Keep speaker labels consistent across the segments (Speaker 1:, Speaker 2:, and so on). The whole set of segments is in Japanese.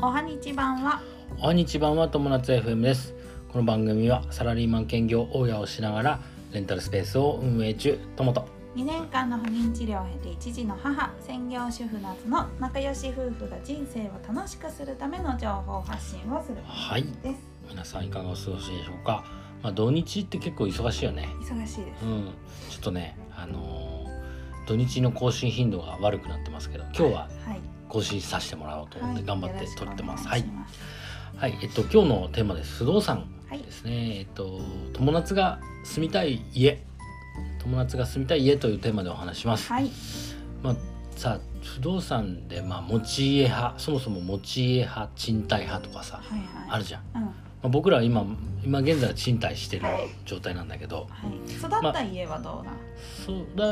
Speaker 1: おはにちばんは
Speaker 2: おはにちばんは友達 FM ですこの番組はサラリーマン兼業大家をしながらレンタルスペースを運営中ともと
Speaker 1: 2年間の不妊治療を経て一児の母専業主婦夏の仲良し夫婦が人生を楽しくするための情報発信をする
Speaker 2: はい
Speaker 1: です
Speaker 2: 皆さんいかがお過ごしでしょうかまあ土日って結構忙しいよね
Speaker 1: 忙しいで
Speaker 2: うんちょっとねあのー土日の更新頻度が悪くなってますけど今日は
Speaker 1: すはい
Speaker 2: 更新させてもらおうと思って頑張って撮ってますはい
Speaker 1: よろしくお願いします
Speaker 2: はいえっと今日のテーマです不動産
Speaker 1: はい
Speaker 2: ですねえっと友達が住みたい家友達が住みたい家というテーマでお話しします
Speaker 1: はい
Speaker 2: まあ、さ不動産で、まあ、持ち家派そもそも持ち家派賃貸派とかさ
Speaker 1: はい
Speaker 2: あ
Speaker 1: はい
Speaker 2: るじゃん、ま
Speaker 1: うん
Speaker 2: あ、僕らは今今現在は賃貸してる状態なんだけど
Speaker 1: はい育った家はどうなん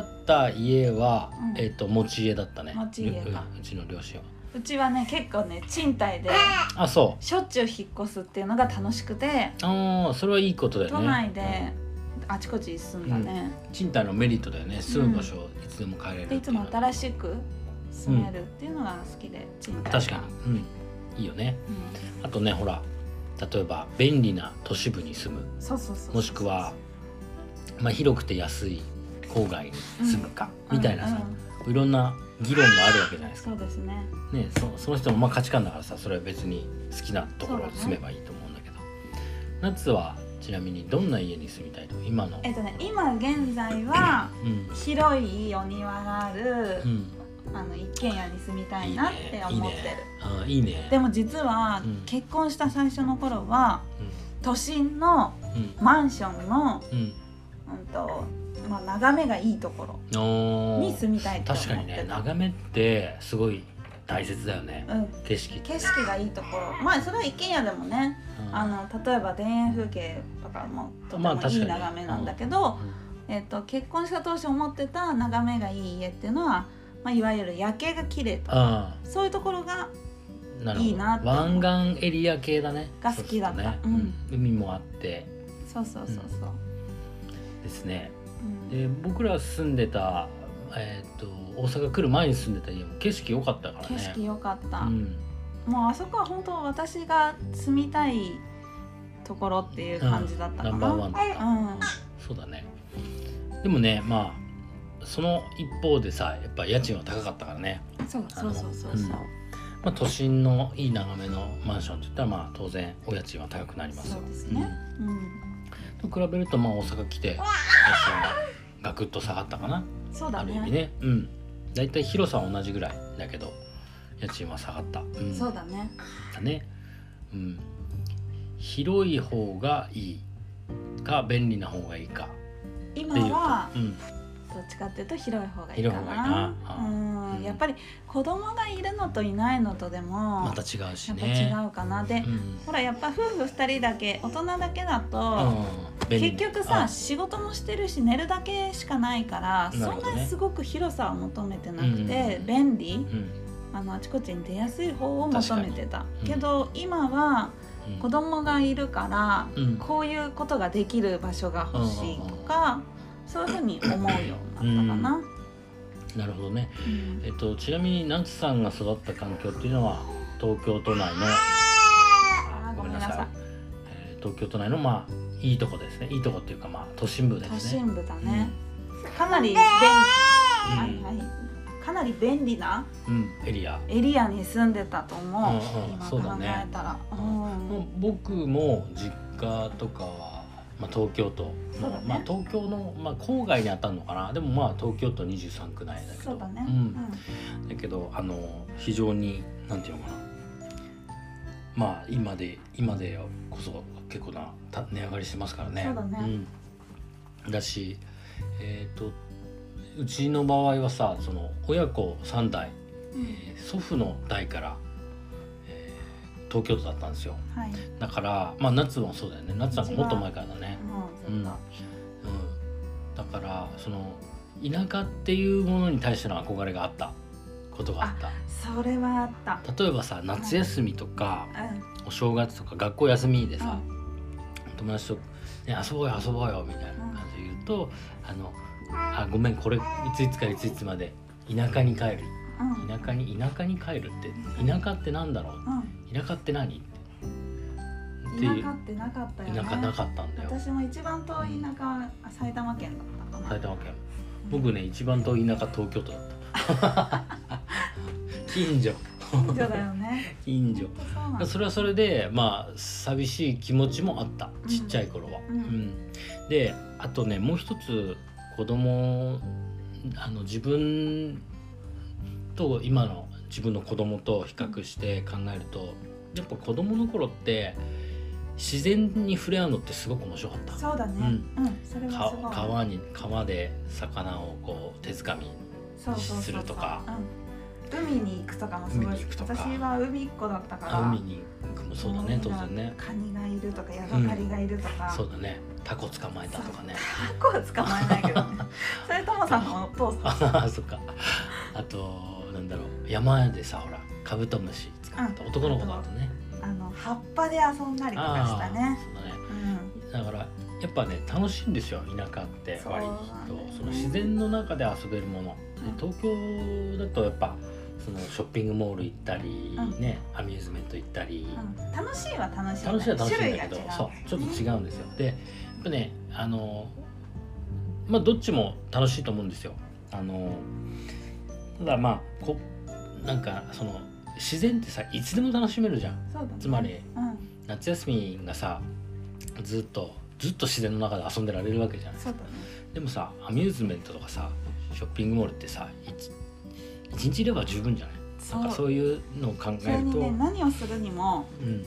Speaker 2: 育った家は、
Speaker 1: うん
Speaker 2: えっと持ち家だったね
Speaker 1: 持ち家か
Speaker 2: うんうちの両親は
Speaker 1: うちはね結構ね賃貸で
Speaker 2: あそう
Speaker 1: しょっちゅう引っ越すっていうのが楽しくて
Speaker 2: あーそれはいいことだよね
Speaker 1: 都内であちこち住んだね、
Speaker 2: うん賃貸のメリットだよね住む場所をいつでも変えれるって
Speaker 1: で
Speaker 2: い
Speaker 1: いうつ
Speaker 2: の
Speaker 1: も新しく住めるっていうのが好きで賃貸
Speaker 2: 確かにうんいいよねあとねほら例えば便利な都市部に住む
Speaker 1: うんそうそうそうそう
Speaker 2: もしくは、まあ、広くて安い郊外に住むか、
Speaker 1: うん
Speaker 2: みたいなさ
Speaker 1: うん、
Speaker 2: いろんな議論があるわけじゃないですか、
Speaker 1: そうですね
Speaker 2: ね、そその人のまあ価値観だからさそれは別に好きなところに住めばいいと思うんだけど夏はちなみにどんな家に住みたいと今の、
Speaker 1: えっとね今現在は
Speaker 2: うん
Speaker 1: 広いお庭がある
Speaker 2: う、ん、
Speaker 1: あの一軒家に住みたいなって思ってる
Speaker 2: いいねあーいいね
Speaker 1: でも実は、
Speaker 2: うん
Speaker 1: 結婚した最初の頃は都心の
Speaker 2: うん
Speaker 1: マンションの、
Speaker 2: うん
Speaker 1: うんとまあ、眺めがいいところ
Speaker 2: うんお
Speaker 1: に
Speaker 2: ー
Speaker 1: 住みたいと思って
Speaker 2: 確か
Speaker 1: た
Speaker 2: にね眺めってすごい大切だよね
Speaker 1: うん、
Speaker 2: 景色って
Speaker 1: 景色がいいところまあそれは一軒家でもね
Speaker 2: うん
Speaker 1: あの例えば田園風景とかもとて
Speaker 2: まあ
Speaker 1: も
Speaker 2: 確か
Speaker 1: い
Speaker 2: に
Speaker 1: い眺めなんだけど、えっと結婚した当初思ってた眺めがいい家っていうのは、まあ、いわゆる夜景が綺麗とか
Speaker 2: あ
Speaker 1: そういうところが
Speaker 2: ーなるほど
Speaker 1: いいなって思う
Speaker 2: 湾岸エリア系だね
Speaker 1: が好きだった
Speaker 2: そうするとね海もあって
Speaker 1: そうそうそうそう、
Speaker 2: ですね
Speaker 1: うん
Speaker 2: で僕ら住んでた、えー、と大阪来る前に住んでた家も景色良かったからね
Speaker 1: 景色良かった、
Speaker 2: うん、
Speaker 1: もうあそこは本当私が住みたいところっていう感じだった
Speaker 2: ナ
Speaker 1: か
Speaker 2: ン
Speaker 1: な、
Speaker 2: バー
Speaker 1: うん
Speaker 2: ワンだった、そうだねでもねまあその一方でさやっぱ家賃は高かったからね、
Speaker 1: そう
Speaker 2: あ
Speaker 1: そ
Speaker 2: の
Speaker 1: うそうそうそう、
Speaker 2: まあ、都心のいい眺めのマンションっていったらまあ当然お家賃は高くなりますよ
Speaker 1: そうですね、うん
Speaker 2: うんと比べるとまあ大阪来て家賃がガクッと下がったかな
Speaker 1: そうだ
Speaker 2: ある
Speaker 1: ね
Speaker 2: 意味ねうん大体広さは同じぐらいだけど家賃は下がった、うん、
Speaker 1: そうだね
Speaker 2: だねうん広い方がいいか便利な方がいいか
Speaker 1: 今は
Speaker 2: うん
Speaker 1: どっちかっていうと広い方がいいかな
Speaker 2: 広い方がいいなあ
Speaker 1: うん
Speaker 2: うん
Speaker 1: やっぱり子供がいるのといないのとでも、
Speaker 2: また違うし
Speaker 1: やっぱ
Speaker 2: ね
Speaker 1: 違うかなで、
Speaker 2: うん
Speaker 1: ほらやっぱ夫婦2人だけ大人だけだと、
Speaker 2: うん
Speaker 1: 結局さ
Speaker 2: あ
Speaker 1: 仕事もしてるし寝るだけしかないから、
Speaker 2: なる
Speaker 1: そ
Speaker 2: ほ
Speaker 1: ん
Speaker 2: どね
Speaker 1: なにすごく広さを求めてなくて、
Speaker 2: うん
Speaker 1: 便利
Speaker 2: うん
Speaker 1: あのあちこちに出やすい方を求めてた、
Speaker 2: 確かにう
Speaker 1: け
Speaker 2: ん
Speaker 1: ど今は
Speaker 2: うん
Speaker 1: 子供がいるから、
Speaker 2: うん
Speaker 1: こういうことができる場所が欲しいとか、そういうふうに思うようになったかな。
Speaker 2: なるほどね
Speaker 1: うん
Speaker 2: えっとちなみにナツさんが育った環境っていうのは東京都内の
Speaker 1: あーごめんなさい
Speaker 2: えー東京都内のまあいいとこですねいいとこっていうかまあ都心部ですね
Speaker 1: 都心部だ
Speaker 2: 部
Speaker 1: ね、かなり便、
Speaker 2: うん
Speaker 1: はいはい、かなり便利な
Speaker 2: うんエリア
Speaker 1: エリアに住んでたと思う、
Speaker 2: うんうん
Speaker 1: 今
Speaker 2: そ
Speaker 1: 考
Speaker 2: うだね
Speaker 1: えたら、うん
Speaker 2: もう僕も実家とかは、まあ、東京都
Speaker 1: そ
Speaker 2: の、
Speaker 1: うだね
Speaker 2: まあ、東京の、まあ、郊外にあたるのかなでもまあ東京都23区内だけど
Speaker 1: そうだね、
Speaker 2: んだけどあの非常になんていうのかなまあ今で今でこそ結構なた値上がりしてますからね。
Speaker 1: そうだね
Speaker 2: うんだしえっ、とうちの場合はさその親子3代、
Speaker 1: うん
Speaker 2: えー祖父の代から、えー東京都だったんですよ。
Speaker 1: はい
Speaker 2: だからまあ夏もそうだよね夏なんかもっと前からだね
Speaker 1: もうずっと、
Speaker 2: うんうんだからその田舎っていうものに対しての憧れがあったことがあった
Speaker 1: それはあった、
Speaker 2: 例えばさ夏休みとか
Speaker 1: う
Speaker 2: お正月とか学校休みで
Speaker 1: ん
Speaker 2: さ、友達と、ね「遊ぼうよ遊ぼうよ」みたいな感じで言うと「あのあごめんこれいついつからいついつまで田舎に帰る」
Speaker 1: うん
Speaker 2: 田舎に田舎に帰るって田舎ってなんだろう
Speaker 1: う
Speaker 2: 田舎って何っ
Speaker 1: ん
Speaker 2: て
Speaker 1: 田舎ってなかったよね
Speaker 2: 田舎なかったんだよ
Speaker 1: 私も一番遠い田舎は埼玉県だったかな、
Speaker 2: 埼玉県僕ね一番遠い田舎東京都だった 近所
Speaker 1: 近所だよね
Speaker 2: 近所
Speaker 1: 本当そうなんだ
Speaker 2: それはそれでまあ寂しい気持ちもあったちっちゃい頃は。
Speaker 1: うん
Speaker 2: うんであとねもう一つ子供あの自分と今の自分の子供と比較して考えるとやっぱ子供の頃って自然に触れ合うのってすごく面白かった。
Speaker 1: そうだねうん、それは
Speaker 2: か
Speaker 1: すごい
Speaker 2: 川に川で魚をこう手づかみ
Speaker 1: そうそうそうそう
Speaker 2: するとか
Speaker 1: うん、海に行くとかもすごい
Speaker 2: 海に行くとか
Speaker 1: 私は海っ子だったから
Speaker 2: 海に行くもそうだね当
Speaker 1: 海が
Speaker 2: 然ね
Speaker 1: カニがいるとかヤドカリがいるとか、
Speaker 2: そうだねタコ捕まえたとかね
Speaker 1: タコは捕まえないけど ねそれともさんのお父さん
Speaker 2: ああそっかあとなんだろう山でさほらカブトムシ使った、
Speaker 1: うん
Speaker 2: 男の子だとね
Speaker 1: あの葉っぱで遊んだりとかしたね
Speaker 2: ああそうだね
Speaker 1: うん
Speaker 2: だからやっぱね楽しいんですよ田舎って
Speaker 1: そう
Speaker 2: 割とそ,、の
Speaker 1: うん
Speaker 2: 自然の中で遊べるもの、
Speaker 1: うん
Speaker 2: で東京だとやっぱそのショッピングモール行ったり、
Speaker 1: うん
Speaker 2: ねアミューズメント行ったり、
Speaker 1: うん、楽しいは楽しい、
Speaker 2: 楽しいは楽しいんだけど
Speaker 1: 種類が違う
Speaker 2: そうちょっと違うんですよでやっぱねあのまあどっちも楽しいと思うんですよあのただまあこなんかその自然ってさいつでも楽しめるじゃん
Speaker 1: そうだね
Speaker 2: つまり
Speaker 1: うん、
Speaker 2: 夏休みがさずっとずっと自然の中で遊んでられるわけじゃない
Speaker 1: そうだね
Speaker 2: でもさアミューズメントとかさショッピングモールってさ一一日いれば十分じゃない
Speaker 1: そ
Speaker 2: なん
Speaker 1: う
Speaker 2: かそういうのを考
Speaker 1: そ
Speaker 2: え
Speaker 1: れ
Speaker 2: る
Speaker 1: に
Speaker 2: と、
Speaker 1: ね何をするにも
Speaker 2: うん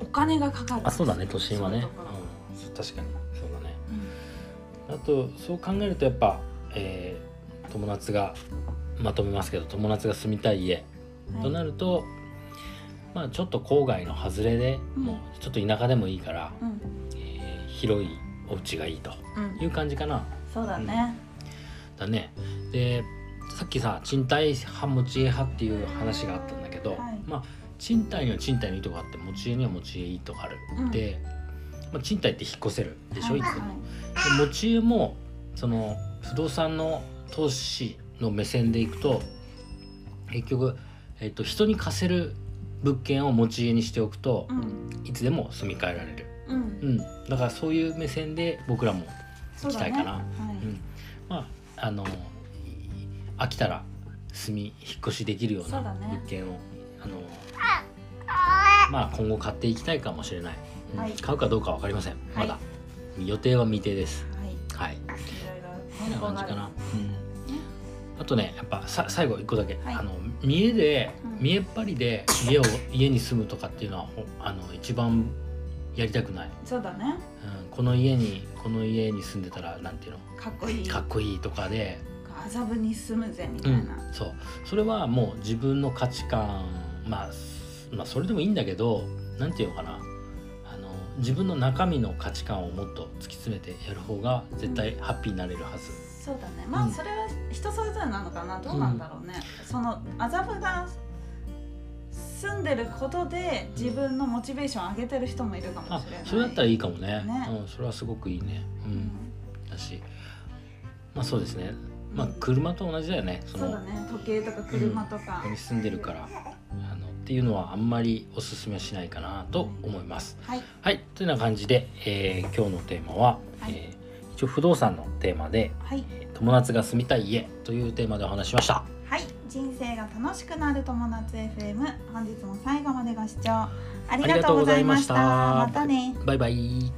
Speaker 1: お金がかかる
Speaker 2: あそうだね都心はね、
Speaker 1: そういうところ
Speaker 2: うん、確かにそうだね
Speaker 1: うん
Speaker 2: あとそう考えるとやっぱ、えー友達がまとめますけど友達が住みたい家となると、まあちょっと郊外の外れで、
Speaker 1: うん
Speaker 2: もうちょっと田舎でもいいから、
Speaker 1: うん
Speaker 2: えー広いお家がいいと
Speaker 1: うん
Speaker 2: いう感じかな
Speaker 1: そうだね、
Speaker 2: だねでさっきさ賃貸派持ち家派っていう話があったんだけど、
Speaker 1: はい
Speaker 2: まあ賃貸には賃貸のいいとこあって持ち家には持ち家いいとこある、
Speaker 1: うん
Speaker 2: で、まあ、賃貸って引っ越せるでしょ、
Speaker 1: はい
Speaker 2: いつ
Speaker 1: は
Speaker 2: もで持ち家もその不動産の投資の目線でいくと結局、えっと人に貸せる物件を持ち家にしておくと
Speaker 1: い、うん
Speaker 2: いつでも住み替えられる、
Speaker 1: うん
Speaker 2: うん、だからそういう目線で僕らも、
Speaker 1: そうだ
Speaker 2: 行きたい
Speaker 1: ね
Speaker 2: かな
Speaker 1: はい
Speaker 2: うん、まああのい飽きたら住み引っ越しできるような
Speaker 1: そうだね
Speaker 2: 物件を、あのまあ今後買っていきたいかもしれない、うん
Speaker 1: はい
Speaker 2: 買うかどうかわかりません、
Speaker 1: はい
Speaker 2: まだ予定は未定です
Speaker 1: はい
Speaker 2: はい
Speaker 1: いろいろ
Speaker 2: こんな感じかな。うん、あとねやっぱさ最後一個だけ、
Speaker 1: はい
Speaker 2: あの見栄で、
Speaker 1: うん
Speaker 2: 見栄っ張りで家を家に住むとかっていうのはほあの一番やりたくない、
Speaker 1: そうだね
Speaker 2: うん、この家にこの家に住んでたらなんていうの
Speaker 1: かっこいい
Speaker 2: かっこいいとかで、
Speaker 1: 麻布に住むぜみ
Speaker 2: う
Speaker 1: たい
Speaker 2: ん
Speaker 1: な、、
Speaker 2: そうそれはもう自分の価値観、まあ、すまあそれでもいいんだけどなんていうのかなあの自分の中身の価値観をもっと突き詰めてやる方が絶対ハッピーになれるはず。
Speaker 1: そうだねま
Speaker 2: う
Speaker 1: あ
Speaker 2: ん
Speaker 1: それは人それぞれなのかなどうなんだろうね、その麻布が住んでることで自分のモチベーション上げてる人もいるかも
Speaker 2: あ
Speaker 1: しれない
Speaker 2: それだったらいいかもね
Speaker 1: ね
Speaker 2: うん、それはすごくいいね、う
Speaker 1: うん
Speaker 2: ん、だしまあそうですねまあ車と同じだよねそ
Speaker 1: そう
Speaker 2: の
Speaker 1: だね時計とか車と
Speaker 2: こ
Speaker 1: か、
Speaker 2: こに住んでるからあのっていうのはあんまりおすすめはしないかなと思います
Speaker 1: はい
Speaker 2: はいというような感じで、えー今日のテーマは、
Speaker 1: はい
Speaker 2: えー一応不動産のテーマで
Speaker 1: はい
Speaker 2: 「えー友達が住みたい家」というテーマでお話ししました
Speaker 1: はい人生が楽しくなる友達 FM 本日も最後までご視聴ありがとうございました
Speaker 2: ありがとうございました
Speaker 1: またね
Speaker 2: バイバイ